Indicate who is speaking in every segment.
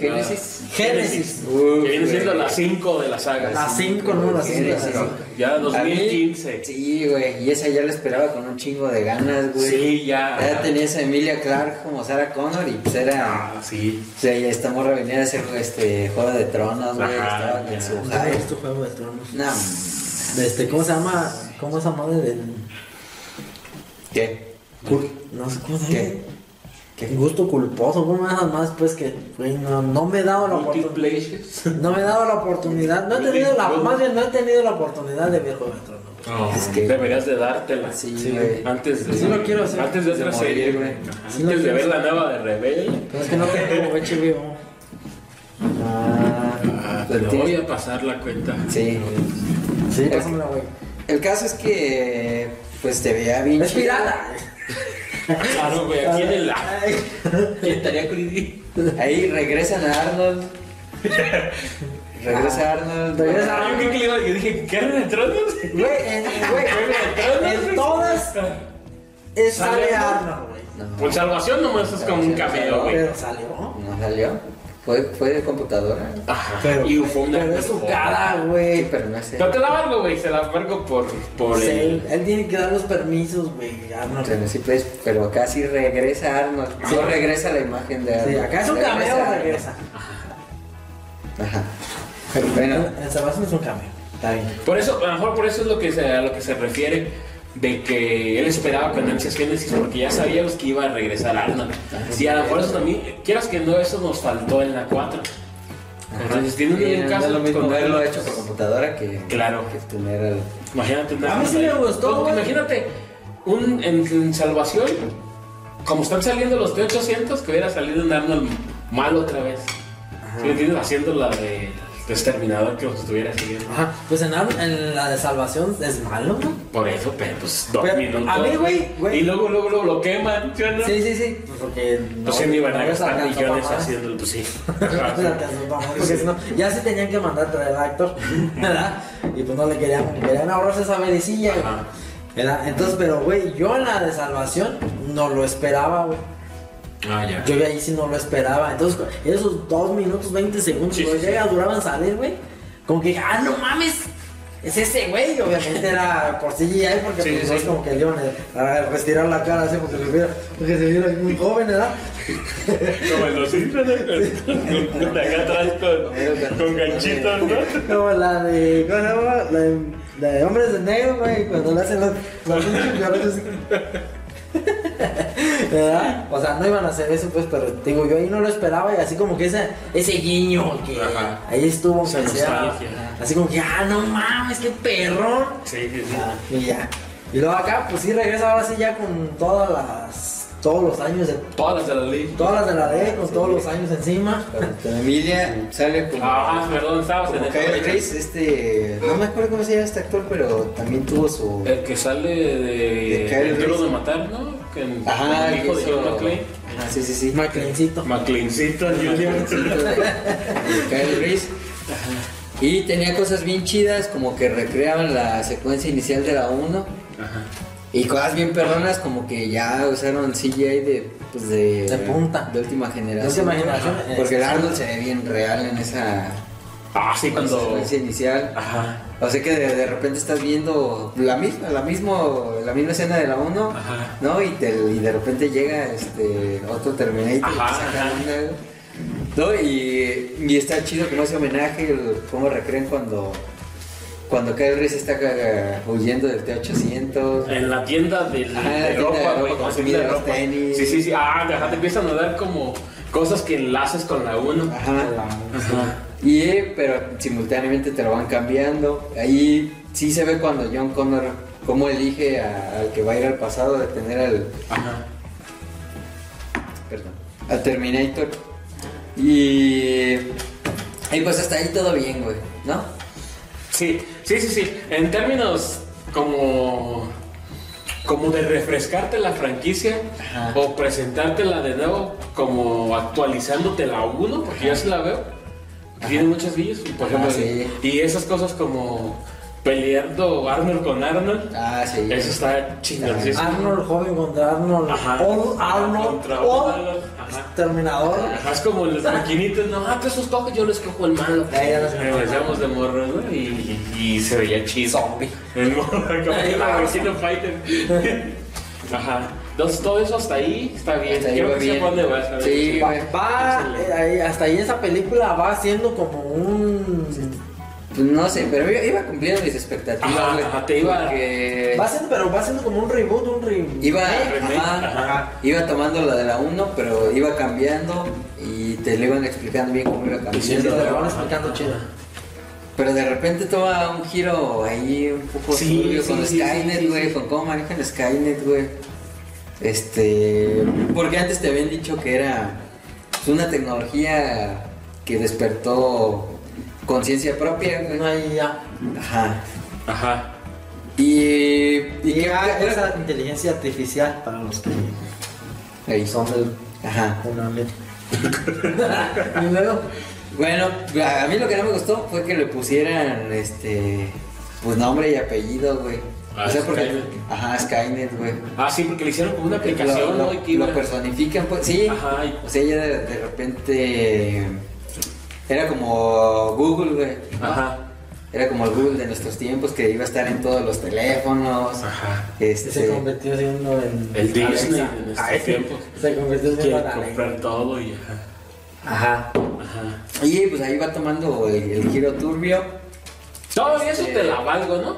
Speaker 1: Génesis.
Speaker 2: Génesis.
Speaker 1: Uf,
Speaker 3: Que viene siendo
Speaker 1: güey.
Speaker 3: la 5 de la saga.
Speaker 2: La 5, no, la 5.
Speaker 1: Sí, sí.
Speaker 3: Ya
Speaker 1: A mí-
Speaker 3: 2015.
Speaker 1: Sí, güey. Y esa ya la esperaba con un chingo de ganas, güey.
Speaker 3: Sí, ya.
Speaker 1: Ya tenías a Emilia Clark como Sarah Connor y pues era.
Speaker 3: Ah, sí.
Speaker 1: O sea, ya esta morra venía a hacer este Juego de Tronos, güey.
Speaker 3: Ajá,
Speaker 1: Estaba en
Speaker 3: ya.
Speaker 1: su
Speaker 2: Ah,
Speaker 1: hype.
Speaker 2: es tu juego de tronos.
Speaker 1: No.
Speaker 2: De este, ¿cómo se llama? ¿Cómo esa madre del.
Speaker 1: ¿Qué?
Speaker 2: cul- No sé cómo se
Speaker 1: ¿Qué?
Speaker 2: llama. Gusto culposo, como esas más, pues que güey, no, no me he dado la oportunidad.
Speaker 3: Multiplaces.
Speaker 2: No me he dado la oportunidad. No he tenido la.
Speaker 3: Multi-
Speaker 2: Más bien, no he tenido la oportunidad de ver Juego de Tronos. güey.
Speaker 1: Es que-
Speaker 3: Deberías de dártela.
Speaker 1: Sí, güey.
Speaker 3: Antes de.
Speaker 2: Sí lo quiero hacer.
Speaker 3: Antes de
Speaker 1: De
Speaker 3: otra
Speaker 1: morir,
Speaker 3: serie,
Speaker 1: güey.
Speaker 3: Ajá.
Speaker 2: Sí lo
Speaker 3: Antes de
Speaker 2: quiero
Speaker 3: ver la
Speaker 2: hacer.
Speaker 3: nueva de Rebel.
Speaker 2: Pero es que no tengo HBO.
Speaker 1: Ah,
Speaker 3: Te
Speaker 1: lo
Speaker 3: voy
Speaker 1: tiene-
Speaker 3: a pasar la cuenta.
Speaker 1: Sí.
Speaker 2: Sí,
Speaker 1: Es-
Speaker 2: pásamela, güey.
Speaker 1: El caso es que. Pues te veía bien.
Speaker 2: Es
Speaker 1: chido.
Speaker 2: pirata.
Speaker 3: Claro, güey. Aquí en el.
Speaker 2: Ah,
Speaker 3: Estaría creepy.
Speaker 1: Ahí regresan a Arnold. Regresa Arnold.
Speaker 2: Regresa
Speaker 3: Ah, Yo creo que le iba- yo dije, ¿qué era de Tronos?
Speaker 2: Güey, en, güey, en todas es sale Arnold, güey.
Speaker 1: No,
Speaker 3: Por salvación nomás es como un cameo, güey.
Speaker 2: Pero salió.
Speaker 1: no salió. Fue, fue de computadora.
Speaker 3: Ajá.
Speaker 2: Pero,
Speaker 3: y fue una
Speaker 2: pero es su
Speaker 3: mejor.
Speaker 2: cara, güey.
Speaker 1: Sí, pero no sé.
Speaker 3: No Este, te la valgo, güey. Se la valgo por, por
Speaker 2: Sí,
Speaker 3: el.
Speaker 2: él, él tiene que dar los permisos, güey. Arnold.
Speaker 1: Pero sí, pues, pero acá sí regresa Arnold. Sí regresa la imagen de Arnold.
Speaker 2: Sí, acá es un cameo,
Speaker 1: Arnold.
Speaker 2: regresa.
Speaker 1: Ajá. Bueno,
Speaker 2: En Sebastián es un cameo. Está bien.
Speaker 3: Por eso, a lo mejor por eso es lo que se, a lo que se refiere de que él esperaba con ansias Génesis porque ya sabíamos que iba a regresar Arnold. Sí, a lo mejor eso también, quieras que no, eso nos faltó en la 4. Entonces tiene un,
Speaker 1: sí,
Speaker 3: un
Speaker 1: no
Speaker 3: caso
Speaker 1: es lo mismo
Speaker 3: con
Speaker 1: verlo
Speaker 3: Arnold.
Speaker 1: hecho por computadora que,
Speaker 3: Claro.
Speaker 1: que tener el.
Speaker 3: Imagínate,
Speaker 2: A mí sí me gustó,
Speaker 3: Como que
Speaker 2: güey.
Speaker 3: Imagínate, un, en, en Salvación, como están saliendo los T800, que hubiera salido un Arnold mal otra vez. ¿Sí me entiendes? Haciendo la de Exterminador que los estuviera siguiendo.
Speaker 2: Ajá. Pues en, Arnold- en la de Salvación es malo, ¿no?
Speaker 3: Por eso, pero pues dos
Speaker 2: Pero,
Speaker 3: minutos.
Speaker 2: a mí, güey, güey.
Speaker 3: Y luego, luego, luego lo queman, ¿sí o no?
Speaker 2: Sí, sí, sí. Pues porque.
Speaker 3: Pues sí, me iban a
Speaker 2: no les
Speaker 3: gastar
Speaker 2: alcanzó
Speaker 3: millones
Speaker 2: para más.
Speaker 3: haciéndolo, pues sí.
Speaker 2: No les alcanzó para más, Porque si no, ya se tenían que mandar a traer al actor, ¿verdad? Y pues no le querían, querían ahorrarse esa medicilla, güey.
Speaker 3: Ajá.
Speaker 2: ¿verdad? Entonces, pero güey, yo en la de salvación no lo esperaba, güey.
Speaker 3: Ah, ya.
Speaker 2: Yo ahí sí no lo esperaba. Entonces, esos 2 minutos 20 segundos
Speaker 3: Sí,
Speaker 2: güey,
Speaker 3: sí,
Speaker 2: ya duraban salir, güey. Como que, ah, no mames. Es ese güey, obviamente era por CGI, porque
Speaker 3: Sí,
Speaker 2: pues,
Speaker 3: sí.
Speaker 2: es como que le iban a- a retirar la cara así porque se viera, porque se viera muy joven, ¿verdad?
Speaker 3: Como en los Simpsons, de acá atrás con, con ganchitos, ¿no?
Speaker 2: Como la de. ¿Cómo se llama? La de, la de Hombres de Negro, güey. Cuando le hacen los. Los pinches violentos así. ¿Verdad? O sea, no iban a hacer eso, pues, pero te digo, yo ahí no lo esperaba y así como que ese, ese guiño que
Speaker 3: Ajá.
Speaker 2: ahí estuvo,
Speaker 3: Esa
Speaker 2: que sea,
Speaker 3: nostalgia.
Speaker 2: así como que, ah, no mames, qué perrón.
Speaker 3: Sí, sí, sí.
Speaker 2: Ah, Y ya. Y luego acá, pues sí regresa ahora sí ya con todas las. Todos los años, de,
Speaker 3: Todas las de la ley.
Speaker 2: todas las de la ley, con todos los años encima.
Speaker 1: Con Emilia sale como.
Speaker 3: Ah, perdón, estabas en
Speaker 1: como
Speaker 3: el
Speaker 1: Kyle Reese, este. No me acuerdo cómo se llama este actor, pero también tuvo su.
Speaker 3: El que sale de.
Speaker 1: De Kyle
Speaker 3: el duro
Speaker 1: Reese.
Speaker 3: de matar, ¿no? Que en-
Speaker 1: Ajá,
Speaker 3: el hijo
Speaker 1: que
Speaker 3: de
Speaker 1: hizo-
Speaker 3: John McClane.
Speaker 1: Ah, sí, sí, sí.
Speaker 2: Maclencito.
Speaker 3: McClanecito Jr.
Speaker 1: Kyle Reese. Y tenía cosas bien chidas, como que recreaban la secuencia inicial de la 1.
Speaker 3: Ajá.
Speaker 1: Y cosas bien perronas, como que ya usaron CGI de. Pues de,
Speaker 2: De punta.
Speaker 1: De última generación.
Speaker 2: última generación.
Speaker 1: Ajá. Porque el Arnold se ve bien real en esa
Speaker 3: Ah, sí, cuando.
Speaker 1: secuencia inicial.
Speaker 3: Ajá.
Speaker 1: O sea que de, de repente estás viendo la misma, la mismo, la misma escena de la 1,
Speaker 3: Ajá.
Speaker 1: ¿no? Y, te- y de repente llega este otro Terminator y te
Speaker 3: Ajá,
Speaker 1: saca
Speaker 3: ajá.
Speaker 1: una, ¿no? Y, y está chido que no hace homenaje el- cómo recrean cuando cuando Kyle Reese está eh, huyendo del T800.
Speaker 3: En la tienda del-
Speaker 1: Ajá, en la tienda
Speaker 3: de
Speaker 1: de
Speaker 3: ropa,
Speaker 1: ropa,
Speaker 3: güey,
Speaker 1: cuando
Speaker 3: con
Speaker 1: se
Speaker 3: tienda de
Speaker 1: miden los
Speaker 3: ropa.
Speaker 1: tenis.
Speaker 3: Sí, sí, sí. Ah, ajá, te empiezan a dar como cosas que enlaces con la 1.
Speaker 1: Ajá.
Speaker 3: Ajá.
Speaker 1: Y eh, pero simultáneamente te lo van cambiando. Ahí sí se ve cuando John Connor cómo elige a- al que va a ir al pasado de tener al
Speaker 3: Ajá.
Speaker 1: perdón, a Terminator. Y, y pues hasta ahí todo bien, güey, ¿no?
Speaker 3: Sí, sí, sí, sí. En términos como. Como de refrescarte la franquicia
Speaker 1: Ajá.
Speaker 3: o presentártela de nuevo, como actualizándote la 1, porque yo sí la veo. Tiene muchas villas, y por
Speaker 1: Ajá,
Speaker 3: ejemplo,
Speaker 1: sí.
Speaker 3: y esas cosas como peleando Arnold con Arnold,
Speaker 1: Ah, sí. Ah,
Speaker 3: eso está chingón. sí, sí.
Speaker 2: Arnold joven contra Arnold.
Speaker 3: Ajá.
Speaker 2: Old Arnold.
Speaker 3: Contra
Speaker 2: Old
Speaker 3: Arnold. Ajá. Ajá.
Speaker 2: Terminador.
Speaker 3: Ajá, es como los maquinitos, no, ah, que esos coges yo les cojo el malo.
Speaker 1: Eh,
Speaker 2: Ya, ya los-
Speaker 3: Regresamos de morro, ¿no? Y, y- y se veía chido.
Speaker 2: Zombie.
Speaker 3: El morro, como el vecino fighter. Ajá. Entonces todo eso hasta ahí está bien.
Speaker 1: Hasta ahí
Speaker 3: Creo
Speaker 1: va
Speaker 3: que
Speaker 1: bien.
Speaker 3: sé por dónde vas. a ver.
Speaker 1: Sí,
Speaker 2: Va,
Speaker 1: güey.
Speaker 2: va, eh, ahí- hasta ahí esa película va siendo como un.
Speaker 1: Pues no sé, pero iba, iba cumpliendo mis expectativas.
Speaker 3: Ajá,
Speaker 1: güey,
Speaker 3: ajá, te iba-
Speaker 1: porque
Speaker 2: Va siendo, pero va siendo como un reboot, un reboot.
Speaker 1: iba,
Speaker 3: remake,
Speaker 1: ajá,
Speaker 2: ajá.
Speaker 1: iba tomando la de la 1, pero iba cambiando y te lo iban explicando bien cómo iba cambiando.
Speaker 2: Sí, te lo van explicando chido.
Speaker 1: Pero de repente toma un giro ahí un poco
Speaker 3: Sí,
Speaker 1: turbio
Speaker 3: sí,
Speaker 1: con
Speaker 3: sí, sí,
Speaker 1: Skynet,
Speaker 3: sí,
Speaker 1: güey,
Speaker 3: sí.
Speaker 1: con cómo manejan Skynet, güey. Este, porque antes te habían dicho que era pues, una tecnología que despertó conciencia propia, güey.
Speaker 2: No hay ya.
Speaker 1: Ajá.
Speaker 3: Ajá.
Speaker 1: Y,
Speaker 2: Y
Speaker 1: y que
Speaker 2: ya
Speaker 1: era-
Speaker 2: esa inteligencia artificial para los que
Speaker 1: Ahí.
Speaker 2: son del
Speaker 1: Ajá.
Speaker 2: Conalep. y luego.
Speaker 1: Bueno, a mí lo que no me gustó fue que le pusieran este pues nombre y apellido, güey.
Speaker 3: Ah,
Speaker 1: o sea, porque
Speaker 3: Skynet.
Speaker 1: ajá, Skynet, güey.
Speaker 3: Ah, sí, porque le hicieron como una
Speaker 1: Lo,
Speaker 3: aplicación,
Speaker 1: lo-
Speaker 3: ¿no? Y que iba-
Speaker 1: lo personifican, pues sí.
Speaker 3: Ajá, y-
Speaker 1: O sea, ella de, de repente era como Google, güey. ¿no?
Speaker 3: Ajá.
Speaker 1: Era como el Google de nuestros tiempos que iba a estar en todos los teléfonos.
Speaker 3: Ajá.
Speaker 1: Este,
Speaker 2: Se convirtió siendo en.
Speaker 3: El Disney
Speaker 2: Alexa.
Speaker 3: en estos
Speaker 2: Ay,
Speaker 3: tiempos.
Speaker 2: Se convirtió siendo
Speaker 3: Quiere
Speaker 2: en Alexa.
Speaker 3: comprar todo y ajá.
Speaker 1: Ajá.
Speaker 3: Ajá.
Speaker 1: Y pues ahí va tomando el, el giro turbio.
Speaker 3: Todavía eso te la valgo, ¿no?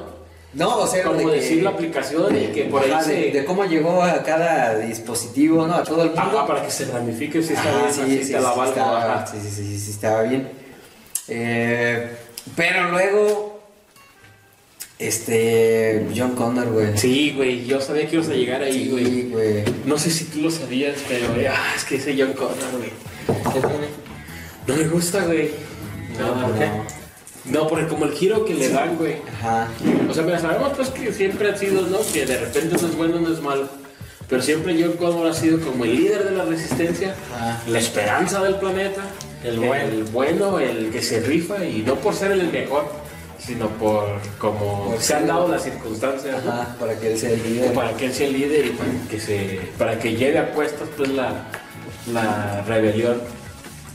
Speaker 1: No, o sea,
Speaker 3: Como
Speaker 1: de que-
Speaker 3: decir la aplicación y que por ahí
Speaker 1: Ajá,
Speaker 3: se...
Speaker 1: de, de cómo llegó a cada dispositivo, ¿no? A todo el mundo.
Speaker 3: Ajá, Ah, para que se ramifique si está
Speaker 1: Ajá,
Speaker 3: bien,
Speaker 1: sí,
Speaker 3: así
Speaker 1: sí,
Speaker 3: te la
Speaker 1: sí,
Speaker 3: valgo,
Speaker 1: estaba,
Speaker 3: ajá.
Speaker 1: sí, sí, sí, sí, sí, estaba bien. Eh, pero luego, este, John Connor, güey.
Speaker 3: Sí, güey, yo sabía que ibas a llegar ahí,
Speaker 1: Sí,
Speaker 3: güey.
Speaker 1: güey.
Speaker 3: No sé si tú lo sabías, pero güey, ah, es que ese John Connor, güey.
Speaker 2: ¿Qué tiene?
Speaker 3: No me gusta, güey.
Speaker 2: No,
Speaker 3: No,
Speaker 2: ¿por qué?
Speaker 3: no, porque como el giro que le dan, güey.
Speaker 1: Ajá.
Speaker 3: O sea, mira, sabemos pues que siempre ha sido, ¿no? Que de repente no es bueno, no es malo. Pero siempre John Connor ha sido como el líder de la resistencia,
Speaker 1: Ajá.
Speaker 3: la esperanza del planeta,
Speaker 2: El bueno.
Speaker 3: el bueno, el que se rifa y no por ser el mejor, sino por como
Speaker 1: Por
Speaker 3: se han
Speaker 1: ser-
Speaker 3: dado las circunstancias, ¿no?
Speaker 1: Ajá, para que él sea el líder.
Speaker 3: para que él sea el líder y para que se, para que lleve a cuestas pues la, la rebelión.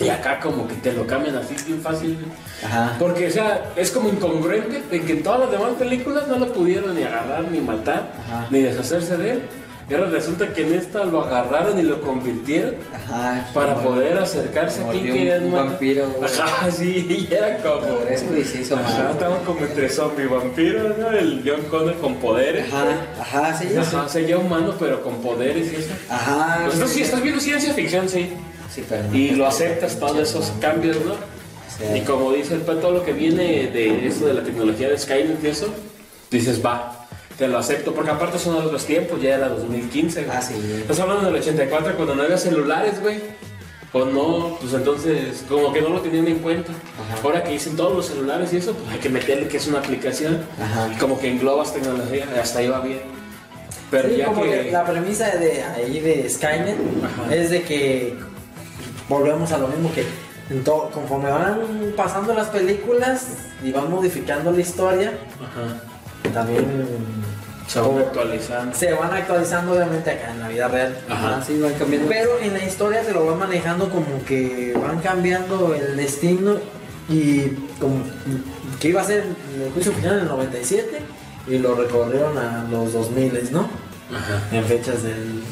Speaker 3: Y acá como que te lo cambian así bien fácil. güey.
Speaker 1: Ajá.
Speaker 3: Porque, o sea, es como incongruente de que en todas las demás películas no lo pudieron ni agarrar, ni matar,
Speaker 1: Ajá.
Speaker 3: ni deshacerse de él. Y ahora resulta que en esta lo agarraron y lo convirtieron
Speaker 1: Ajá.
Speaker 3: para
Speaker 1: Como-
Speaker 3: poder acercarse a
Speaker 1: como
Speaker 3: ti
Speaker 1: de
Speaker 3: que
Speaker 1: un
Speaker 3: eres muerto.
Speaker 1: vampiro, güey.
Speaker 3: Ajá, sí, y era como.
Speaker 1: Poderesco y se hizo
Speaker 3: Ajá,
Speaker 1: mal.
Speaker 3: estaban como entre zombie y vampiro, ¿no? El John Connor con poderes.
Speaker 1: Ajá, ajá, sí.
Speaker 3: Ajá, seguía humano, pero con poderes y eso.
Speaker 1: Ajá.
Speaker 3: Pues esto sí, estás viendo ciencia ficción, sí.
Speaker 1: Sí, pero no.
Speaker 3: Y lo aceptas todos esos cambios, ¿no?
Speaker 1: Sí.
Speaker 3: Y como dice el Pat, todo lo que viene de eso de la tecnología de Skynet y eso, dices, va, te lo acepto, porque aparte son de los tiempos, ya era 2015. güey.
Speaker 1: Ah, sí, güey.
Speaker 3: Estás hablando del 84 cuando no había celulares, güey. O no, pues entonces como que no lo tenían en cuenta.
Speaker 1: Ajá.
Speaker 3: Ahora que dicen todos los celulares y eso, pues hay que meterle que es una aplicación.
Speaker 1: Ajá.
Speaker 3: Y como que englobas tecnología, hasta ahí va bien. Pero
Speaker 2: Sí,
Speaker 3: ya
Speaker 2: como
Speaker 3: que...
Speaker 2: que la premisa de ahí de Skynet
Speaker 3: Ajá.
Speaker 2: es de que volvemos a lo mismo que en to- conforme van pasando las películas y van modificando la historia,
Speaker 3: Ajá.
Speaker 2: también
Speaker 3: Se van
Speaker 2: como-
Speaker 3: actualizando.
Speaker 2: se van actualizando obviamente acá en la vida real.
Speaker 1: Ajá,
Speaker 3: Ajá.
Speaker 1: Ah, sí, van cambiando.
Speaker 2: Pero en la historia se lo van manejando como que van cambiando el destino y como que iba a ser el juicio final en el 97 y lo recorrieron a los 2000, ¿no?
Speaker 3: Ajá.
Speaker 2: en fechas del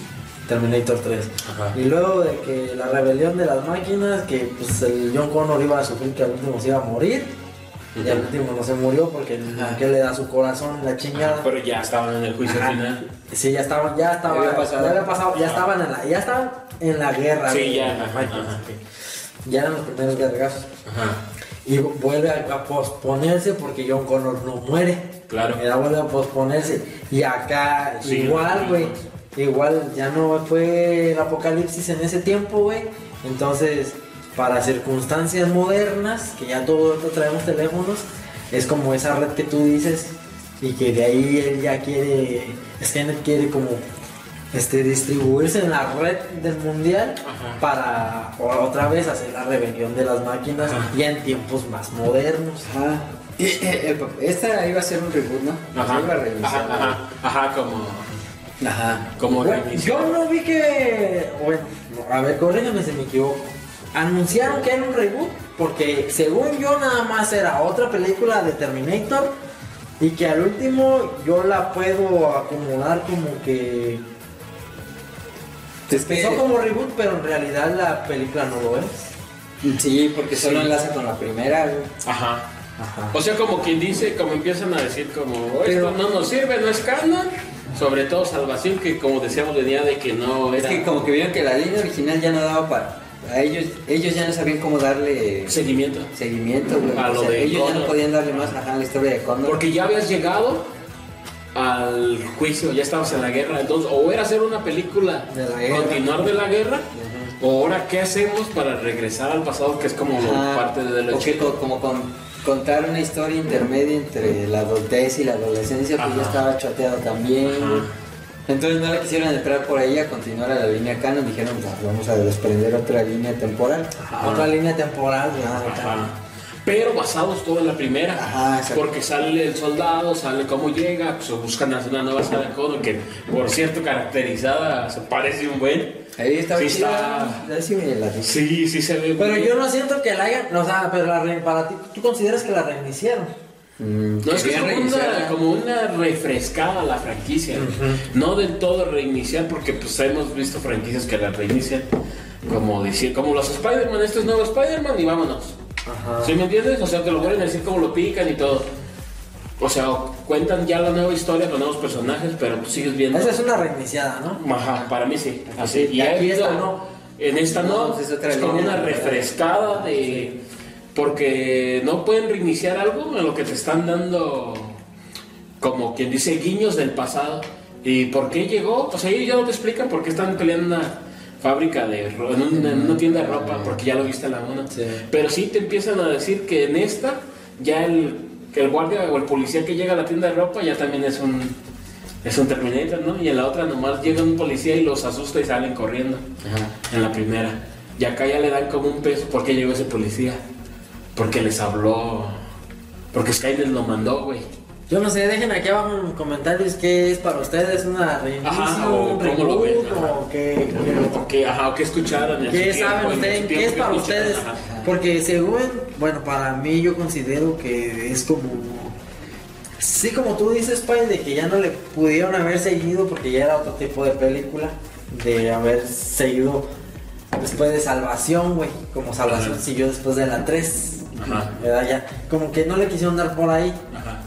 Speaker 2: Terminator 3.
Speaker 3: Ajá.
Speaker 2: Y luego de que la rebelión de las máquinas, que pues el John Connor iba a sufrir que al último se iba a morir. Y al último no se murió porque el- que le da su corazón la chingada.
Speaker 3: Pero ya estaban en el juicio final.
Speaker 2: Sí, ya estaban, ya estaban,
Speaker 1: Ya
Speaker 2: ya
Speaker 1: había pasado.
Speaker 2: había pasado, ya estaban en la, ya estaban en la guerra.
Speaker 3: Sí,
Speaker 2: güey,
Speaker 3: ya,
Speaker 2: en las
Speaker 3: ajá,
Speaker 2: máquinas,
Speaker 3: ajá.
Speaker 2: que Ya eran los primeros vergazos.
Speaker 3: Ajá.
Speaker 2: Y vu- vuelve a, a posponerse porque John Connor no muere.
Speaker 3: Claro.
Speaker 2: Ya vuelve a posponerse. Y acá,
Speaker 3: Sí,
Speaker 2: igual,
Speaker 3: sí.
Speaker 2: güey. Igual ya no fue el apocalipsis en ese tiempo, güey. Entonces, para circunstancias modernas, que ya todo esto traemos teléfonos, es como esa red que tú dices. Y que de ahí él ya quiere, Skynet quiere como este, distribuirse en la red del mundial
Speaker 3: Ajá.
Speaker 2: para o- otra vez hacer la rebelión de las máquinas
Speaker 3: Ajá.
Speaker 2: ya en tiempos más modernos.
Speaker 1: Ajá. Eh, Esta iba a ser un reboot, ¿no?
Speaker 3: Ajá.
Speaker 1: Iba a reiniciar,
Speaker 3: Ajá, ajá, ajá, como.
Speaker 1: Ajá.
Speaker 3: Como
Speaker 2: Bueno,
Speaker 3: reinicio.
Speaker 2: yo no vi que. Bueno, no, a ver, corrígeme si me equivoco. Anunciaron que era un reboot porque según yo nada más era otra película de Terminator y que al último yo la puedo acomodar como que
Speaker 1: Es que-
Speaker 2: empezó como reboot pero en realidad la película no lo es.
Speaker 1: Sí, porque solo enlaza con la primera, güey.
Speaker 3: Ajá.
Speaker 2: Ajá.
Speaker 3: O sea, como quien dice, como empiezan a decir, como, "Oh,
Speaker 2: Pero-
Speaker 3: esto no nos sirve, no es canon. Sobre todo Salvación, que como decíamos, venía de que no
Speaker 1: Es
Speaker 3: era
Speaker 1: que como que vieron que la línea original ya no daba para... A ellos, ellos ya no sabían cómo darle
Speaker 3: seguimiento.
Speaker 1: seguimiento, güey.
Speaker 3: A
Speaker 1: O
Speaker 3: lo
Speaker 1: sea,
Speaker 3: de
Speaker 1: ellos ya no
Speaker 3: Connor.
Speaker 1: podían darle más ajá, a la historia de Condor.
Speaker 3: Porque ya habías llegado al juicio, ya estabas en la guerra. Entonces, o era hacer una película,
Speaker 2: De la guerra.
Speaker 3: continuar de la guerra, o ahora, ¿qué hacemos para regresar al pasado? Que es como
Speaker 1: Ajá.
Speaker 3: parte de lo
Speaker 1: O que co- como con- contar una historia intermedia entre la adultez y la adolescencia, pues
Speaker 3: Ajá.
Speaker 1: ya estaba choteado también.
Speaker 3: Ajá.
Speaker 1: Entonces no le quisieron entrar por ahí a continuar a la línea canon, dijeron, "Pues, vamos a desprender otra línea temporal.
Speaker 3: Ajá.
Speaker 2: Otra línea temporal, güey.
Speaker 3: Ajá. Pero basados todo en la primera.
Speaker 1: Ajá, exacto.
Speaker 3: porque sale el soldado, sale cómo llega, pues, buscan hacer una nueva sala de codo que, por cierto, caracterizada, se parece un buen.
Speaker 1: Ahí estaba
Speaker 3: Sí
Speaker 1: chida. Ahí sí me la-
Speaker 3: Sí, sí se ve.
Speaker 2: Pero
Speaker 3: muy-
Speaker 2: yo no siento que la hayan, o sea, pero la re- para ti, ¿tú consideras que la reiniciaron?
Speaker 1: Mm,
Speaker 3: No, es que es
Speaker 1: querían
Speaker 3: como
Speaker 1: reiniciarla.
Speaker 3: una, como una refrescada a la franquicia. No del todo reiniciar, porque pues hemos visto franquicias que la reinician. Como decir, como los Spider-Man, este es nuevo Spider-Man y vámonos.
Speaker 2: Ajá.
Speaker 3: ¿Sí me entiendes? O sea, te lo vuelven a decir como lo pican y todo. O sea, o cuentan ya la nueva historia con nuevos personajes, pero pues, sigues viendo.
Speaker 2: Esa es una reiniciada, ¿no?
Speaker 3: Ajá, para mí sí. Así. Y
Speaker 2: Aquí
Speaker 3: ha habido-
Speaker 2: esta no.
Speaker 3: En esta no.
Speaker 1: No, pues, es
Speaker 3: es
Speaker 1: otra
Speaker 3: como
Speaker 1: línea.
Speaker 3: una refrescada de. Porque no pueden reiniciar algo en lo que te están dando, como quien dice, guiños del pasado. ¿Y por qué llegó? Pues ahí ya no te explican por qué están peleando en una fábrica de ro- en, un- en una tienda de ropa, porque ya lo viste en la una.
Speaker 2: Sí.
Speaker 3: Pero sí te empiezan a decir que en esta ya el, que el guardia o el policía que llega a la tienda de ropa ya también es un es un Terminator, ¿no? Y en la otra nomás llega un policía y los asusta y salen corriendo.
Speaker 1: Ajá.
Speaker 3: En la primera. Y acá ya le dan como un peso porque llegó ese policía. Porque les habló. Porque Skynet lo mandó, güey.
Speaker 2: Yo no sé, dejen aquí abajo en los comentarios qué es para ustedes una
Speaker 3: Ajá,
Speaker 2: reinicio,
Speaker 3: o
Speaker 2: un
Speaker 3: cómo lo ven,
Speaker 2: reboot,
Speaker 3: ajá.
Speaker 2: o qué, qué-
Speaker 3: O que, ajá, o que escucharon. en
Speaker 2: qué
Speaker 3: su tiempo,
Speaker 2: saben
Speaker 3: en
Speaker 2: ustedes,
Speaker 3: su
Speaker 2: qué
Speaker 3: tiempo
Speaker 2: es
Speaker 3: que
Speaker 2: para
Speaker 3: escucharon,
Speaker 2: ustedes.
Speaker 3: ajá.
Speaker 2: Porque según, bueno, para mí yo considero que es como... Sí, como tú dices, Pai, de que ya no le pudieron haber seguido porque ya era otro tipo de película, de haber seguido después de Salvación, güey, como Salvación
Speaker 3: Ajá.
Speaker 2: siguió después de la 3.
Speaker 3: Ajá.
Speaker 2: ¿verdad? Ya, como que no le quisieron dar por ahí
Speaker 3: Ajá.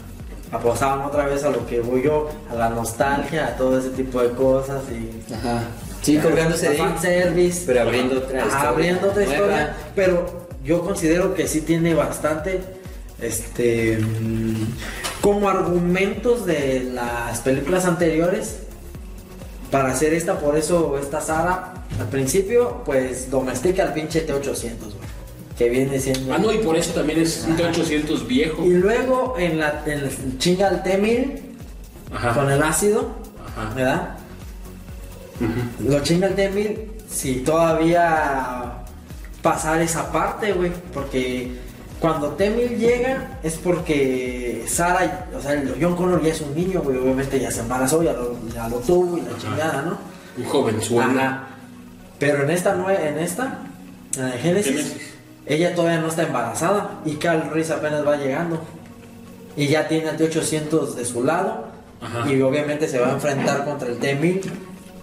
Speaker 2: apostaban otra vez a lo que voy yo, a la nostalgia, a todo ese tipo de cosas y
Speaker 1: Ajá. Sí, colgándose de ahí.
Speaker 2: fan service,
Speaker 1: Pero abriendo otra historia.
Speaker 2: abriendo otra
Speaker 1: Nueva.
Speaker 2: historia, pero yo considero que sí tiene bastante este mm, como argumentos de las películas anteriores para hacer esta, por eso esta Sara al principio pues domestica al pinche T800, güey, que viene siendo
Speaker 3: Ah, no, y por eso también es un T800 viejo.
Speaker 2: y luego en la, en la- chinga al T1000 con
Speaker 3: Ajá.
Speaker 2: el ácido,
Speaker 3: Ajá.
Speaker 2: ¿verdad?
Speaker 3: Ujú.
Speaker 2: Lo chinga el Demil si todavía pasar esa parte, güey, porque cuando Temil llega es porque Sara, o sea, el John Connor ya es un niño, güey, obviamente ya se embarazó, ya lo, ya lo tuvo y la chingada, ¿no?
Speaker 3: Un jovenzuelo.
Speaker 2: Ajá. Pero en esta nueva, en esta, en la de Génesis,
Speaker 3: Génesis.
Speaker 2: ella todavía no está embarazada y Carl Ruiz apenas va llegando. Y ya tiene al T800 de su lado
Speaker 3: Ajá.
Speaker 2: y obviamente se va a enfrentar contra el T1000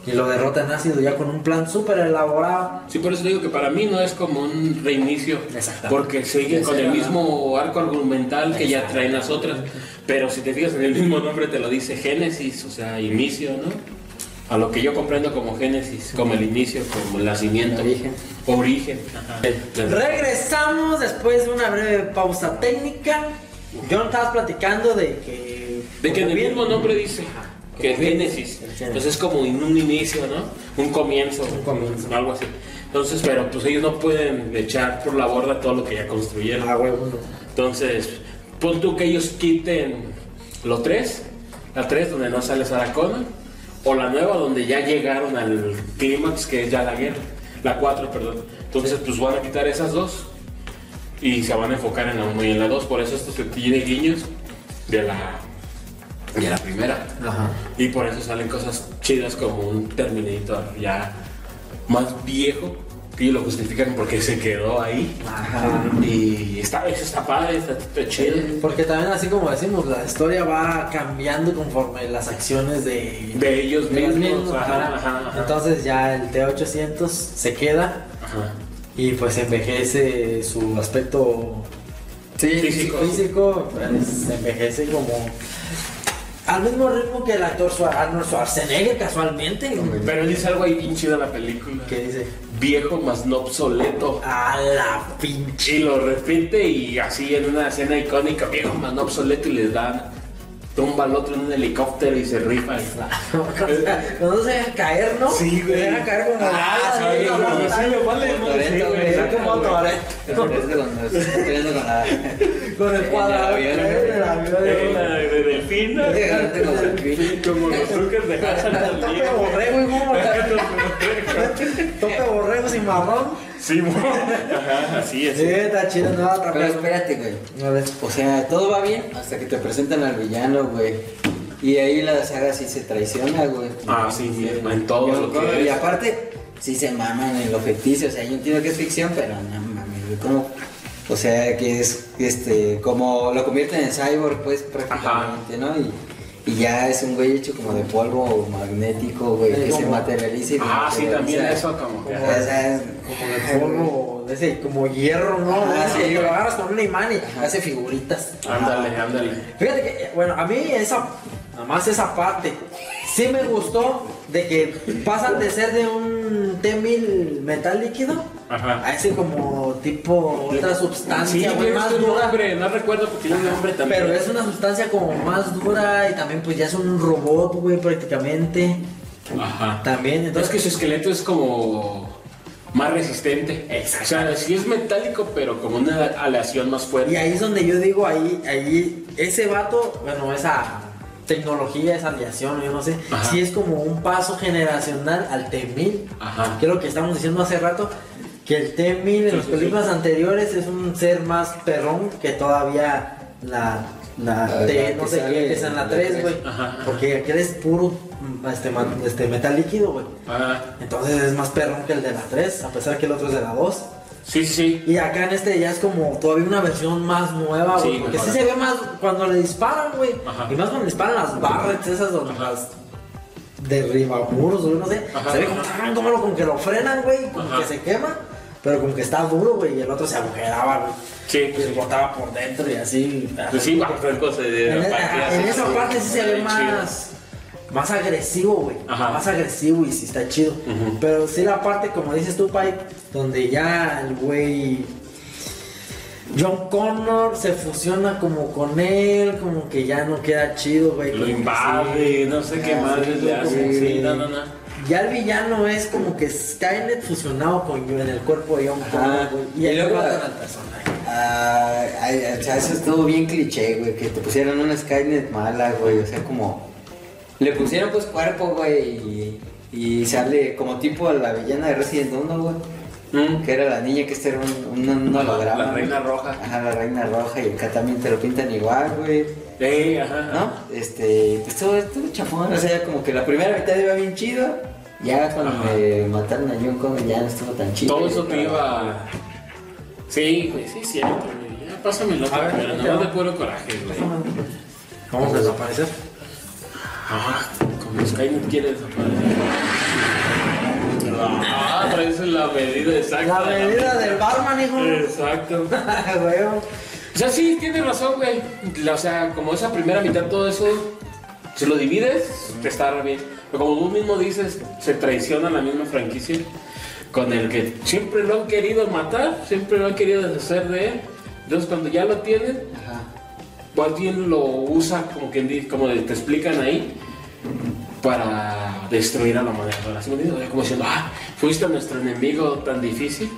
Speaker 2: y lo derrota en ácido ya con un plan súper elaborado.
Speaker 3: Sí, por eso digo que para mí no es como un reinicio.
Speaker 2: Exactamente.
Speaker 3: Porque siguen
Speaker 2: Sí,
Speaker 3: con
Speaker 2: sí,
Speaker 3: el
Speaker 2: ajá.
Speaker 3: mismo arco argumental que ya traen las otras. Pero si te fijas en el mismo nombre te lo dice Génesis, o sea, inicio, ¿no? A lo que yo comprendo como Génesis, como el inicio, como el nacimiento.
Speaker 1: Origen.
Speaker 3: Origen. Ajá.
Speaker 2: Regresamos después de una breve pausa técnica. John, estabas platicando de que...
Speaker 3: De que en el
Speaker 2: Bien.
Speaker 3: mismo nombre dice que es
Speaker 2: Como
Speaker 3: Génesis.
Speaker 2: Génesis.
Speaker 3: Entonces es como en un inicio, ¿no? Un comienzo,
Speaker 2: comienzo.
Speaker 3: algo así. Entonces, pero pues ellos no pueden echar por la borda todo lo que ya construyeron.
Speaker 2: Ah, huevo, no.
Speaker 3: Entonces, pon tú que ellos quiten lo 3, la 3 donde no sale Sarah Connor, o la nueva donde ya llegaron al clímax que es ya la guerra, la 4, perdón. Entonces, pues van a quitar esas dos y se van a enfocar en la 1 y en la 2, por eso esto se tiene guiños de la y a la primera.
Speaker 2: Ajá.
Speaker 3: Y por eso salen cosas chidas como un Terminator ya más viejo. Y lo justifican porque se quedó ahí.
Speaker 2: Ajá.
Speaker 3: Y está, eso está padre, está, está chido.
Speaker 2: Porque también así como decimos, la historia va cambiando conforme las acciones de,
Speaker 3: De ellos
Speaker 2: de ellos
Speaker 3: mismos.
Speaker 2: mismos,
Speaker 3: ajá,
Speaker 2: ajá.
Speaker 3: ajá, ajá.
Speaker 2: Entonces ya el T800 se queda
Speaker 3: Ajá.
Speaker 2: y pues envejece su aspecto
Speaker 3: Físico.
Speaker 2: físico, pues, se envejece como al mismo ritmo que el actor Schwar- Arnold Schwarzenegger casualmente.
Speaker 3: Pero dice algo ahí bien chido en la película.
Speaker 2: Que dice,
Speaker 3: Viejo más no obsoleto.
Speaker 2: a la pinche.
Speaker 3: Y lo repite y así en una escena icónica, viejo más no obsoleto y les dan tumba al otro en un helicóptero y se rifa.
Speaker 2: Ah, No se deja caer, ¿no?
Speaker 3: Sí, güey.
Speaker 2: Se deja caer como.
Speaker 3: Ah, sí,
Speaker 2: como-
Speaker 3: güey. Sí, lo vale,
Speaker 1: Como
Speaker 3: madre,
Speaker 1: Toretto,
Speaker 3: sí,
Speaker 1: güey.
Speaker 3: güey.
Speaker 1: Está como
Speaker 3: Güey.
Speaker 1: Toretto. Es de cuando se está peleando con la-
Speaker 2: Con el cuadrado. Este,
Speaker 1: En el avión,
Speaker 2: en el avión,
Speaker 3: Eh,
Speaker 2: en
Speaker 3: la
Speaker 2: el-
Speaker 3: de delfina.
Speaker 1: Gigante con el fin.
Speaker 3: Como los truques de Hassan
Speaker 2: Tope borrego y como tope borrego sin marrón.
Speaker 3: Sí, mo. Ajá, así es.
Speaker 2: Sí, está chido, no va a
Speaker 1: Pero espérate, güey.
Speaker 2: A ver.
Speaker 1: O sea, todo va bien hasta que te presentan al villano, güey. Y ahí la saga sí se traiciona, güey.
Speaker 3: Ah, sí, sí, en todo
Speaker 1: Yo-
Speaker 3: lo que
Speaker 1: Y
Speaker 3: es.
Speaker 1: aparte, sí se maman en lo ficticio. O sea, yo entiendo que es ficción, pero no mames, güey. ¿cómo? O sea, que es este, como lo convierten en cyborg, pues prácticamente, ¿no? Y, y ya es un güey hecho como de polvo magnético, güey,
Speaker 2: Sí,
Speaker 1: que se
Speaker 2: como-
Speaker 1: materializa y
Speaker 3: Ah, sí, también
Speaker 1: materializa.
Speaker 3: eso como que.
Speaker 1: O sea, es-
Speaker 2: Como de polvo, de ese como hierro, ¿no?
Speaker 1: Ah,
Speaker 2: Así
Speaker 1: sí.
Speaker 2: lo agarras con un imán y hace figuritas.
Speaker 3: Ándale, ándale.
Speaker 2: Fíjate que, bueno, a mí esa, nada más esa parte, sí me gustó de que pasan de ser de un T-1000 metal líquido
Speaker 3: Ajá.
Speaker 2: a ese como tipo otra
Speaker 3: Sí,
Speaker 2: sustancia, güey,
Speaker 3: tiene
Speaker 2: más
Speaker 3: un
Speaker 2: dura.
Speaker 3: nombre, no recuerdo porque tiene un nombre también.
Speaker 2: Pero es una sustancia como más dura y también pues ya es un robot, güey, prácticamente.
Speaker 3: Ajá.
Speaker 2: También,
Speaker 3: Entonces
Speaker 2: entonces...
Speaker 3: que su esqueleto es como más resistente.
Speaker 2: Exacto.
Speaker 3: O sea, sí es metálico, pero como una aleación más
Speaker 2: Y
Speaker 3: fuerte.
Speaker 2: ahí es donde yo digo, ahí, ahí, ese vato, bueno, esa tecnología, esa aviación, yo no sé,
Speaker 3: Ajá.
Speaker 2: si es como un paso generacional al T-1000,
Speaker 3: Ajá.
Speaker 2: que es lo que estamos diciendo hace rato, que el T-1000
Speaker 3: Sí,
Speaker 2: en las
Speaker 3: sí,
Speaker 2: películas anteriores es un ser más perrón que todavía la, la
Speaker 1: La-
Speaker 2: T,
Speaker 1: la
Speaker 2: no
Speaker 1: que
Speaker 2: sé
Speaker 1: sale
Speaker 2: qué, que es en la
Speaker 1: en la
Speaker 2: 3, güey,
Speaker 1: tres.
Speaker 3: Ajá, ajá.
Speaker 2: porque aquel es puro mm, este, ma- este, metal líquido, güey.
Speaker 3: Ajá.
Speaker 2: Entonces es más perrón que el de la 3, a pesar que el otro es de la 2.
Speaker 3: Sí, sí, sí.
Speaker 2: Y acá en este ya es como todavía una versión más nueva,
Speaker 3: Sí,
Speaker 2: güey. porque sí
Speaker 3: mejor.
Speaker 2: se ve más cuando le disparan, güey.
Speaker 3: Ajá.
Speaker 2: Y más cuando le disparan las barras esas donde
Speaker 3: Ajá.
Speaker 2: las derriba muros, güey, no sé.
Speaker 3: Ajá.
Speaker 2: Se ve como, tan, como lo- como que lo frenan, güey. Como
Speaker 3: Ajá.
Speaker 2: que se quema. Pero como que está duro, güey. Y el otro se agujeraba, güey.
Speaker 3: Sí,
Speaker 2: Y se botaba por dentro y así.
Speaker 3: Pues sí, va a ser cosa de
Speaker 2: Ah, En,
Speaker 3: la
Speaker 2: el- ah,
Speaker 3: partida,
Speaker 2: en
Speaker 3: sí,
Speaker 2: esa
Speaker 3: sí.
Speaker 2: parte sí se ve
Speaker 3: Chido.
Speaker 2: más, más agresivo, güey.
Speaker 3: Ajá.
Speaker 2: Más agresivo y sí está chido.
Speaker 3: Ujú.
Speaker 2: Pero sí la parte, como dices tú, Pai, donde ya el güey John Connor se fusiona como con él, como que ya no queda chido, güey.
Speaker 3: Lo
Speaker 2: como que
Speaker 3: invade,
Speaker 2: sí.
Speaker 3: no sé qué
Speaker 2: Ah,
Speaker 3: más
Speaker 2: sí,
Speaker 3: le
Speaker 2: como
Speaker 3: hacen. Sí,
Speaker 2: que-
Speaker 3: no, no, no.
Speaker 2: Ya el villano es como que Skynet fusionado con en el cuerpo de John
Speaker 1: Ajá.
Speaker 2: Connor, güey. Y
Speaker 1: Y
Speaker 2: ahí
Speaker 1: luego-
Speaker 2: matan al personaje.
Speaker 1: Ah, ay, o sea, eso estuvo bien cliché, güey, que te pusieron una Skynet mala, güey, o sea, como... Le pusieron pues cuerpo, güey, y, y sale como tipo a la villana de Resident 1, güey.
Speaker 3: Mm.
Speaker 1: Que era la niña que este era un, un, un holograma.
Speaker 3: La reina
Speaker 1: güey.
Speaker 3: roja.
Speaker 1: Ajá, la reina roja, y acá también te lo pintan igual, güey.
Speaker 3: Ey, ajá.
Speaker 1: ¿No? Este, pues todo, todo chafón, o sea, como que la primera mitad iba bien chido. Ya cuando
Speaker 3: Ajá.
Speaker 1: me mataron a John Connor ya no estuvo tan chido.
Speaker 3: Todo eso te iba. Sí, güey, sí, es cierto, güey. Ya, Pásamelo,
Speaker 2: A ver,
Speaker 3: pero
Speaker 2: te
Speaker 3: no
Speaker 2: va.
Speaker 3: de puro coraje, güey.
Speaker 2: Vamos a desaparecer.
Speaker 3: Ah, como Skynet quiere desaparecer. Ah, traes la medida exacta.
Speaker 2: La medida del barman, hijo.
Speaker 3: Exacto.
Speaker 2: Güey.
Speaker 3: O sea, sí, tienes razón, güey. La- O sea, como esa primera mitad, todo eso, si lo divides, te está re bien. Pero como tú mismo dices, se traiciona la misma franquicia con el que siempre lo han querido matar, siempre lo han querido deshacer de él. Entonces, cuando ya lo tienen,
Speaker 1: Ajá.
Speaker 3: alguien lo usa, como, quien dice- como te explican ahí, para destruir a la manejadora. Así me digo, como diciendo, ah, fuiste nuestro enemigo tan difícil,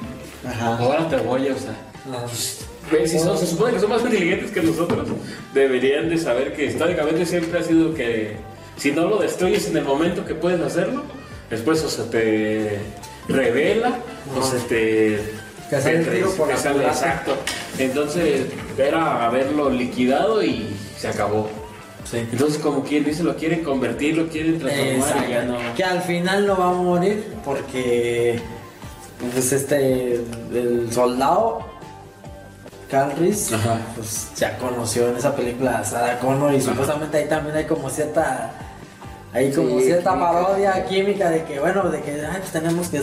Speaker 1: Ajá.
Speaker 3: ahora te voy a usar. Ven, Pues,
Speaker 2: Pues,
Speaker 3: si son- se supone que son más inteligentes que nosotros. Deberían de saber que históricamente siempre ha sido que si no lo destruyes en el momento que puedes hacerlo, después o se te revela o
Speaker 2: Ajá.
Speaker 3: se te...
Speaker 2: Que sale el
Speaker 3: te-
Speaker 2: tiro por
Speaker 3: que
Speaker 2: la
Speaker 3: sale-
Speaker 2: culata.
Speaker 3: Exacto. Entonces era haberlo liquidado y se acabó.
Speaker 2: Sí.
Speaker 3: Entonces, como quien dice, lo quieren convertir, lo quieren transformar y ya no.
Speaker 2: Que al final no va a morir porque pues este el soldado Calris
Speaker 3: Ajá.
Speaker 2: pues ya conoció en esa película a Sarah Connor y supuestamente ahí también hay como cierta hay como
Speaker 1: Sí,
Speaker 2: cierta
Speaker 1: química.
Speaker 2: parodia química de que bueno de que ay, pues tenemos que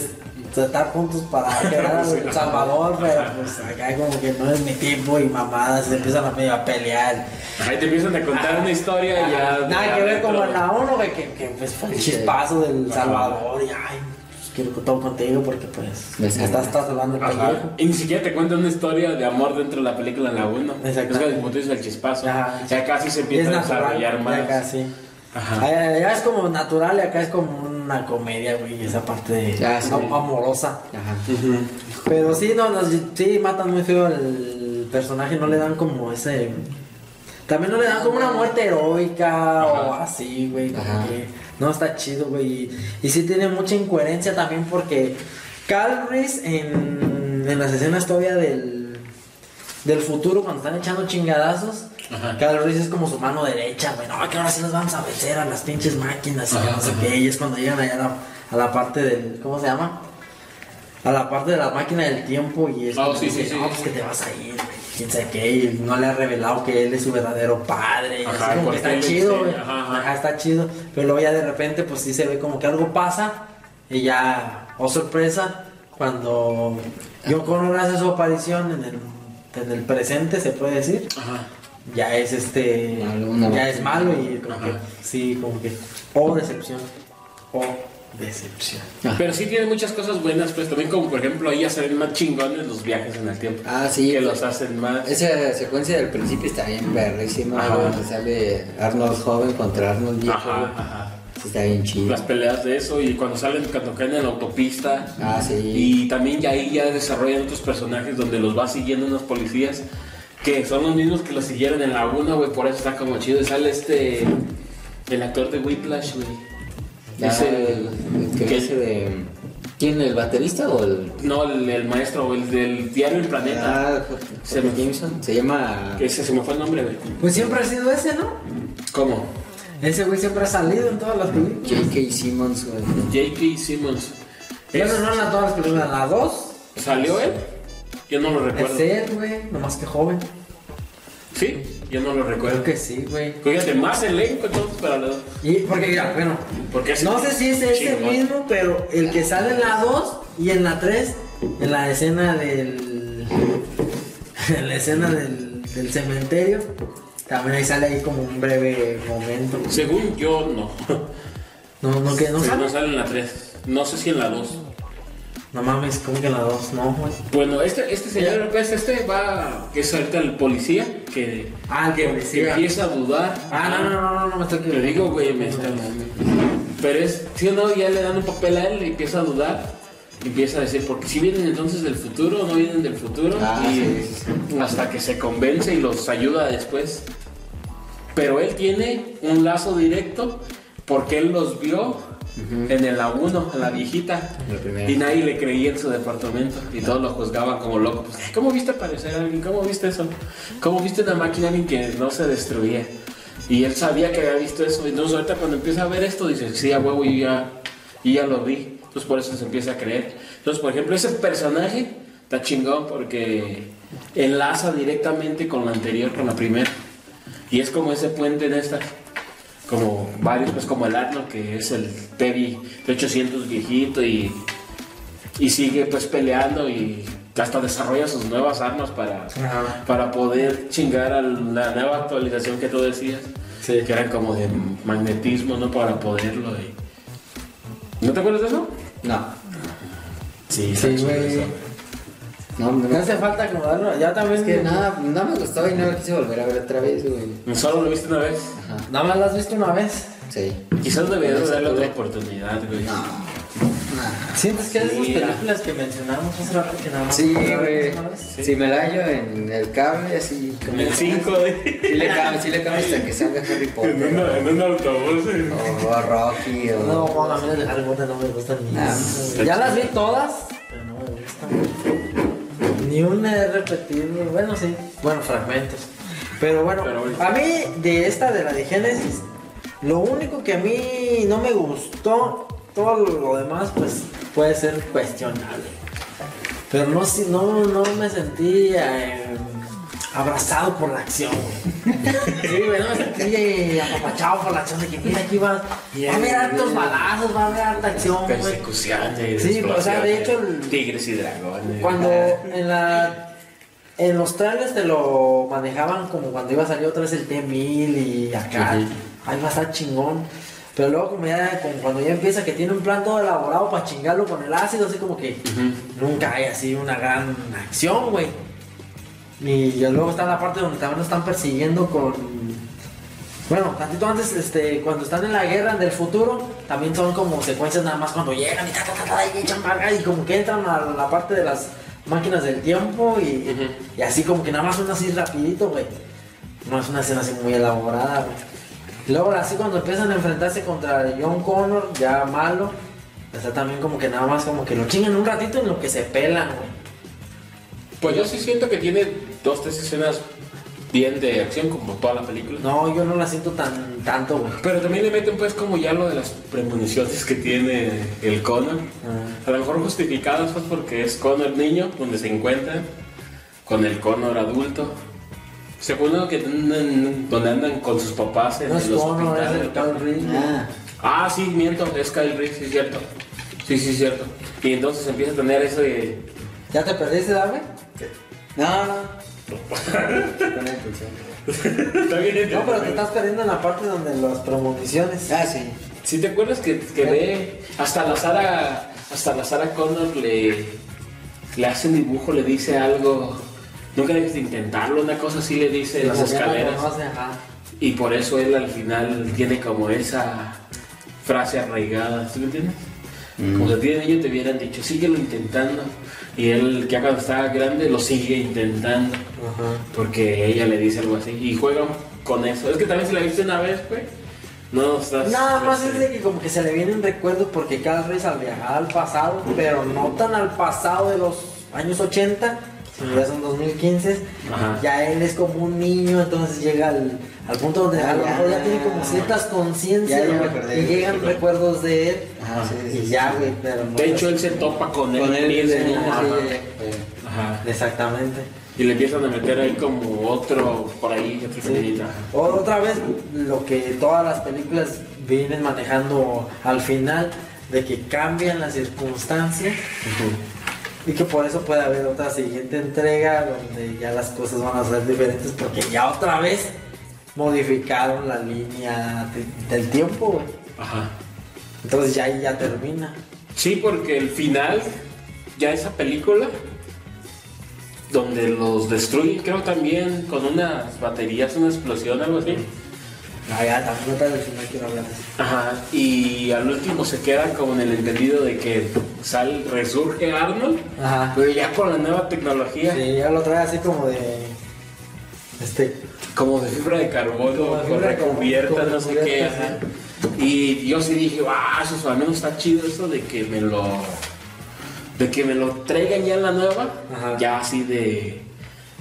Speaker 2: estar juntos para quebrar a El Salvador pero pues acá como que no es mi tipo y mamadas se empiezan a medio a pelear
Speaker 3: Ahí te empiezan a contar una historia y ya.
Speaker 2: Nada
Speaker 3: ya
Speaker 2: que ver
Speaker 3: dentro-
Speaker 2: como en la 1, güey, que, que pues, fue el
Speaker 1: Sí.
Speaker 2: chispazo del
Speaker 3: Ajá.
Speaker 2: Salvador y ay, pues, quiero que todo contigo porque pues me
Speaker 1: Me
Speaker 2: estás, estás hablando de
Speaker 3: Ajá.
Speaker 2: pendejo.
Speaker 3: Y ni siquiera te cuentan una historia de amor dentro de la película en la 1.
Speaker 2: Exacto.
Speaker 3: Es que como tú dices, el chispazo.
Speaker 2: Ajá.
Speaker 3: Ya casi se
Speaker 2: Y es
Speaker 3: empieza a
Speaker 2: natural.
Speaker 3: desarrollar más.
Speaker 2: Ya acá sí.
Speaker 3: Ajá.
Speaker 2: Ay, ay, Allá es como natural y acá es como una comedia, güey, esa parte de-
Speaker 1: Ya, sí.
Speaker 2: am- amorosa.
Speaker 1: Ajá.
Speaker 2: Pero sí, no, no, sí, matan muy feo al personaje, no le dan como ese... También no le dan como una muerte heroica o
Speaker 3: Ajá.
Speaker 2: así, güey. como
Speaker 1: Ajá.
Speaker 2: que No, está chido, güey. Y, y sí tiene mucha incoherencia también porque Carl Reese en, en las escenas todavía del, del futuro, cuando están echando chingadazos,
Speaker 3: Ajá.
Speaker 2: Carl Reese es como su mano derecha, güey. No, que ahora sí nos vamos a vencer a las pinches máquinas y que
Speaker 3: Ajá,
Speaker 2: no sé
Speaker 3: ajá.
Speaker 2: qué. Y es cuando llegan allá a la, a la parte del... ¿Cómo se llama? a la parte de la máquina del tiempo y es
Speaker 3: Ah,
Speaker 2: como
Speaker 3: sí,
Speaker 2: que,
Speaker 3: sí, sí, sí.
Speaker 2: no, pues que te vas a ir, güey, quién sabe qué, y no le ha revelado que él es su verdadero padre, y
Speaker 3: Ajá,
Speaker 2: así como que está
Speaker 3: cualquier
Speaker 2: chido,
Speaker 3: misterio,
Speaker 2: güey,
Speaker 3: ajá, ajá.
Speaker 2: Ajá, está chido, pero luego ya de repente pues sí se ve como que algo pasa y ya, oh sorpresa, cuando yo Connor hace su aparición en el, en el presente, se puede decir,
Speaker 3: Ajá.
Speaker 2: ya es este,
Speaker 1: Malo, una
Speaker 2: ya
Speaker 1: máquina.
Speaker 2: es malo y como que,
Speaker 3: Ajá.
Speaker 2: sí, como que, oh decepción, oh decepción.
Speaker 3: Pero sí tiene muchas cosas buenas, pues también como por ejemplo ahí ya se ven más chingones los viajes en el tiempo.
Speaker 1: Ah, sí.
Speaker 3: Que los hacen más.
Speaker 1: Esa secuencia del principio está bien verrísima,
Speaker 3: Ajá.
Speaker 1: donde sale Arnold joven contra Arnold viejo.
Speaker 3: Ajá, ajá.
Speaker 1: Sí, Está bien chido.
Speaker 3: Las peleas de eso y cuando salen, cuando caen en la autopista.
Speaker 1: Ah, sí.
Speaker 3: Y también ya ahí ya desarrollan otros personajes donde los va siguiendo unos policías que son los mismos que los siguieron en la 1, güey. Por eso está como chido. Y sale este. El actor de Whiplash, güey.
Speaker 1: Ya,
Speaker 3: Ese-
Speaker 1: el- el que
Speaker 3: que-
Speaker 1: hace de- ¿Quién, el baterista o el...?
Speaker 3: No, el, el maestro, güey, el del diario El Planeta.
Speaker 1: Ah, Jorge-
Speaker 3: Se
Speaker 1: Jorge
Speaker 3: me-
Speaker 1: Jameson. Se llama...
Speaker 3: Que Ese se me fue el nombre, güey.
Speaker 2: Pues siempre ha sido ese, ¿no?
Speaker 3: ¿Cómo?
Speaker 2: Ese güey siempre ha salido en todas las películas.
Speaker 1: J.K. Simmons. güey.
Speaker 3: J.K. Simmons.
Speaker 2: Bueno,
Speaker 3: Es-
Speaker 2: no en las todas las películas, en las dos.
Speaker 3: ¿Salió él? Yo no lo recuerdo.
Speaker 2: Es él, güey, nomás que joven.
Speaker 3: Sí, yo no lo recuerdo.
Speaker 2: Creo que sí, güey.
Speaker 3: Fíjate, más elenco entonces para los.
Speaker 2: Y porque mira, bueno,
Speaker 3: Porque ese-
Speaker 2: no sé si es ese
Speaker 3: chingón.
Speaker 2: mismo, pero el que sale en la 2 y en la 3, en la escena del. en la escena del, del cementerio, también ahí sale ahí como un breve momento.
Speaker 3: Según yo, no.
Speaker 2: No, no, que no
Speaker 3: Sí,
Speaker 2: sale.
Speaker 3: no sale en la 3. No sé si en la 2.
Speaker 2: No mames, ¿cómo que en la 2? No, güey.
Speaker 3: Bueno, este, este señor, pues este va, que es ahorita el policía, que,
Speaker 2: Ah, el
Speaker 3: que,
Speaker 2: policía.
Speaker 3: que empieza a dudar.
Speaker 2: Ah, no, no, no, no, no me estoy
Speaker 3: Te digo, güey, me está Pero es, si o no, ya le dan un papel a él y empieza a dudar. y Empieza a decir, porque si vienen entonces del futuro, no vienen del futuro.
Speaker 1: Ah,
Speaker 3: y
Speaker 1: sí, sí,
Speaker 3: hasta que se convence y los ayuda después. Pero él tiene un lazo directo porque él los vio en el A1, en la viejita.
Speaker 1: En la primera.
Speaker 3: Y nadie le creía en su departamento. Y todos lo juzgaban como loco. Pues, "Ay, ¿Cómo viste aparecer a alguien? ¿Cómo viste eso? ¿Cómo viste una máquina a alguien que no se destruía? Y él sabía que había visto eso. Entonces ahorita cuando empieza a ver esto, dice, sí, a huevo, y ya, y ya lo vi. Entonces por eso se empieza a creer. Entonces, por ejemplo, ese personaje está chingón porque enlaza directamente con la anterior, con la primera. Y es como ese puente en esta. Como varios, pues como el Arno, que es el Tevi de 800 viejito y, y sigue pues peleando y hasta desarrolla sus nuevas armas para,
Speaker 2: Ajá.
Speaker 3: para poder chingar a la nueva actualización que tú decías.
Speaker 2: Sí.
Speaker 3: Que eran como de magnetismo, ¿no? Para poderlo. y- ¿No te acuerdas de eso?
Speaker 1: No.
Speaker 3: Sí,
Speaker 2: Sí, güey.
Speaker 1: No, no.
Speaker 2: No hace falta acomodarlo, ya también.
Speaker 1: Es que nada, no me gustó y no lo quise volver a ver otra vez, güey.
Speaker 3: Solo lo viste una vez.
Speaker 1: Ajá.
Speaker 2: Nada más la has visto una vez.
Speaker 1: Sí.
Speaker 3: Quizás deberías darle otra oportunidad, güey.
Speaker 1: No.
Speaker 3: Ah,
Speaker 1: Nah.
Speaker 2: ¿Sientes que es de
Speaker 3: Sí,
Speaker 2: esas películas que mencionamos hace rato que nada más?
Speaker 1: Sí,
Speaker 2: la
Speaker 1: güey.
Speaker 2: vimos una vez?
Speaker 1: Si me la hallo en el cable, así como.
Speaker 3: En el 5, güey.
Speaker 1: Sí le cambio, sí le cambio hasta que salga Harry Potter.
Speaker 3: una-
Speaker 1: o-
Speaker 3: un autobús. güey.
Speaker 1: O Rocky o.
Speaker 2: No, bueno, a mí el Harry Potter no me gustan ni.
Speaker 1: Ah,
Speaker 2: ya las vi todas, pero no me gustan. Ni una he repetido. Bueno, sí. Bueno, fragmentos. Pero bueno,
Speaker 3: Pero bueno.
Speaker 2: a mí de esta, de la de Genesis, lo único que a mí no me gustó, todo lo demás pues puede ser cuestionable. Pero no, si- no, no me sentí eh, abrazado por la acción, güey. Sí, güey, no me sentí eh, apapachado por la acción de que mira aquí va, va a haber hartos balazos, va a haber harta acción, güey.
Speaker 3: Persecuciones.
Speaker 2: Sí, o sea, de
Speaker 3: explosiones,
Speaker 2: hecho, el-
Speaker 3: Tigres y dragones.
Speaker 2: Cuando en la. En los trailers te lo manejaban como cuando iba a salir otra vez el T-1000 y acá.
Speaker 3: Ujú.
Speaker 2: Ahí va a estar chingón. Pero luego como, ya, como cuando ya empieza que tiene un plan todo elaborado para chingarlo con el ácido, así como que nunca hay así una gran acción, güey. Y ya luego está la parte donde también lo están persiguiendo con... Bueno, tantito antes, este, cuando están en la guerra del futuro, también son como secuencias nada más cuando llegan y ta, ta, ta, ta, y echan para acá y como que entran a la parte de las máquinas del tiempo y,
Speaker 3: Ujú.
Speaker 2: y así como que nada más son así rapidito, güey. No es una escena así muy elaborada, güey. Y Luego así cuando empiezan a enfrentarse contra John Connor, ya malo, está también como que nada más como que lo chingan un ratito en lo que se pelan, güey.
Speaker 3: Pues yo sí siento que tiene dos, tres escenas bien de acción, como toda la película.
Speaker 2: No, yo no la siento tan tanto, güey.
Speaker 3: Pero también le meten pues como ya lo de las premoniciones que tiene el Conan.
Speaker 2: Ah,
Speaker 3: A lo mejor justificadas pues porque es Connor niño, donde se encuentra, con el Connor adulto. Según lo que andan- donde andan con sus papás en
Speaker 2: No es
Speaker 3: el
Speaker 2: Connor, es
Speaker 3: hospital,
Speaker 2: el
Speaker 3: ¿verdad?
Speaker 2: Tom Ridley.
Speaker 1: Ah,
Speaker 3: Ah, sí, miento, es Kyle Reese, sí, es cierto. Sí, sí, es cierto. Y entonces empieza a tener ese...
Speaker 2: ¿Ya te perdiste, Dame?
Speaker 1: no, no. Con el pulsar.
Speaker 3: Está bien
Speaker 2: No, pero te
Speaker 3: entendido.
Speaker 2: estás perdiendo en la parte donde las premoniciones.
Speaker 1: Ah, sí.
Speaker 3: Si te acuerdas que, que ve hasta la Sara, hasta la Sara Connor le, le hace un dibujo, le dice algo, nunca debes de intentarlo, una cosa así le dice en las
Speaker 2: Como ya la
Speaker 3: escaleras.
Speaker 2: conoce, ajá.
Speaker 3: Y por eso él al final tiene como esa frase arraigada, ¿sí me entiendes? Como si a ti de niño te hubieran dicho, síguelo intentando. Y él, que cuando estaba grande, lo sigue intentando.
Speaker 2: Ajá.
Speaker 3: Porque ella le dice algo así. Y juega con eso. Es que también si la viste una vez, güey, no estás.
Speaker 2: Nada más
Speaker 3: este,
Speaker 2: pues, es de que como que se le vienen recuerdos porque cada vez al viajar al pasado, pero no tan al pasado de los años 80, sino ya son 2015,
Speaker 3: Ajá.
Speaker 2: ya él es como un niño, entonces llega al, al punto donde a lo
Speaker 1: Ah,
Speaker 2: mejor ya
Speaker 1: ya.
Speaker 2: tiene como ciertas conciencias
Speaker 1: Ya, ya me
Speaker 2: güey,
Speaker 1: acordé.
Speaker 2: y llegan recuerdos de él
Speaker 1: Ah, sí, sí,
Speaker 2: y
Speaker 1: sí,
Speaker 2: ya,
Speaker 1: sí.
Speaker 2: güey, pero pues, no.
Speaker 3: De hecho, él se topa con él,
Speaker 1: Con el
Speaker 3: mismo.
Speaker 1: de niño,
Speaker 3: ajá.
Speaker 1: sí, eh,
Speaker 3: Ajá.
Speaker 2: Exactamente.
Speaker 3: Y le empiezan a meter ahí como otro por ahí, otra femenita.
Speaker 2: O- Otra vez lo que todas las películas vienen manejando al final, de que cambian las circunstancias y que por eso puede haber otra siguiente entrega donde ya las cosas van a ser diferentes porque ya otra vez modificaron la línea de- del tiempo, güey.
Speaker 3: Ajá.
Speaker 2: Entonces ya ahí ya termina.
Speaker 3: Sí, porque el final, ya esa película, donde los destruyen, creo también con unas baterías, una explosión, algo así.
Speaker 2: Ah, ya, también otra vez no quiero hablar de eso.
Speaker 3: Ajá. Y al último se queda como en el entendido de que sal, resurge Arnold,
Speaker 2: Ajá.
Speaker 3: pero ya con la nueva tecnología,
Speaker 2: Sí, ya lo trae así como de... Este,
Speaker 3: como de fibra de carbono,
Speaker 2: Como de
Speaker 3: con
Speaker 2: fibra de
Speaker 3: recubierta,
Speaker 2: carbono,
Speaker 3: no sé
Speaker 2: recubierta,
Speaker 3: qué.
Speaker 2: sí.
Speaker 3: ajá. Y yo sí dije, ah, eso al menos está chido eso de que me lo. de que me lo traigan ya en la nueva,
Speaker 2: Ajá.
Speaker 3: ya así de.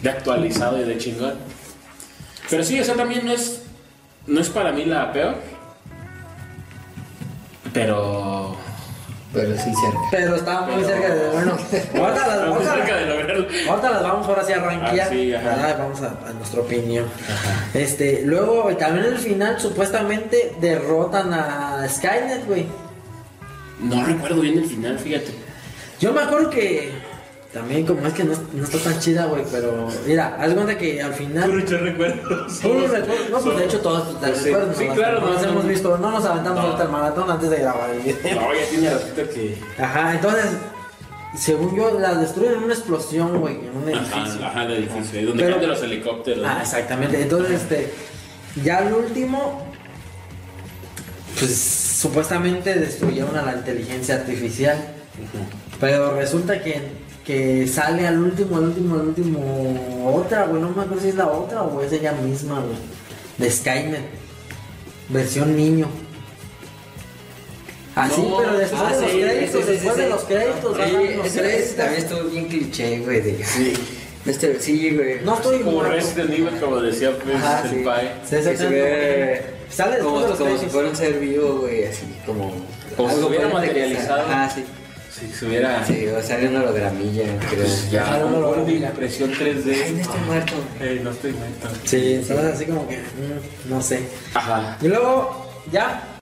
Speaker 3: de actualizado y de chingón. Pero sí, eso también no es. no es para mí la peor. Pero.
Speaker 1: Pero sí cerca.
Speaker 2: pero estaba muy cerca de... Bueno, ahorita las-
Speaker 3: Estamos
Speaker 2: ahorita-
Speaker 3: cerca de lograrlo.
Speaker 2: Ahorita las vamos ahora sí a rankear.
Speaker 3: Ah, sí, ajá.
Speaker 2: ¿verdad? Vamos a, a nuestra opinión. Este, luego también en el final supuestamente derrotan a Skynet, güey.
Speaker 3: No recuerdo bien el final, fíjate.
Speaker 2: Yo me acuerdo que también como es que no, no está tan chida, güey, pero mira, haz de cuenta que al final
Speaker 3: Puros recuerdos.
Speaker 2: Sí, recuerdo- no, pues de hecho todos
Speaker 3: Pues
Speaker 2: los
Speaker 3: sí.
Speaker 2: recuerdos
Speaker 3: Sí,
Speaker 2: no,
Speaker 3: claro,
Speaker 2: no nos
Speaker 3: no,
Speaker 2: hemos
Speaker 3: no.
Speaker 2: visto, no nos aventamos
Speaker 3: No.
Speaker 2: hasta el maratón antes de grabar el video.
Speaker 3: No, ya tiene ratito que.
Speaker 2: Ajá, entonces, según yo, las destruyen en una explosión, güey, en un edificio.
Speaker 3: Ajá, ajá, el edificio, ahí donde
Speaker 2: Pero-
Speaker 3: caen de los helicópteros.
Speaker 2: Ah, exactamente. Entonces, este, ya al último, pues supuestamente destruyeron a la inteligencia artificial. Pero resulta que, que sale al último, al último, al último otra, güey. No me acuerdo si es la otra o es ella misma, güey. De Skynet. Versión niño. Así,
Speaker 3: No,
Speaker 2: pero después
Speaker 3: ah,
Speaker 2: de los
Speaker 3: sí,
Speaker 2: créditos, después de los créditos,
Speaker 1: Sí,
Speaker 2: bajan los
Speaker 1: ese- ese
Speaker 2: créditos.
Speaker 1: también estuvo bien cliché, güey. de-
Speaker 3: Sí.
Speaker 1: Este, sí, güey.
Speaker 2: No estoy
Speaker 3: Como
Speaker 2: loco.
Speaker 3: Resident Evil, como decía Prince
Speaker 1: Ajá,
Speaker 3: del
Speaker 1: sí.
Speaker 3: Pai.
Speaker 2: Sí,
Speaker 1: Que se ve
Speaker 2: Sale después
Speaker 1: como,
Speaker 2: de los
Speaker 1: como si
Speaker 2: créditos.
Speaker 1: fuera un ser vivo, güey, así como...
Speaker 3: Como si hubiera
Speaker 1: parece que
Speaker 3: materializado.
Speaker 1: sale- Ah, sí.
Speaker 3: Si se hubiera.
Speaker 1: Sí, o sale una hologramilla, creo.
Speaker 3: Pues ya,
Speaker 2: Ojalá no lo
Speaker 3: con
Speaker 2: haga.
Speaker 3: impresión
Speaker 1: Ay, no
Speaker 3: 3D.
Speaker 1: estoy muerto.
Speaker 3: Eh, no estoy muerto.
Speaker 2: Sí, entonces así como que, mm, no sé.
Speaker 3: Ajá.
Speaker 2: Y luego, ya,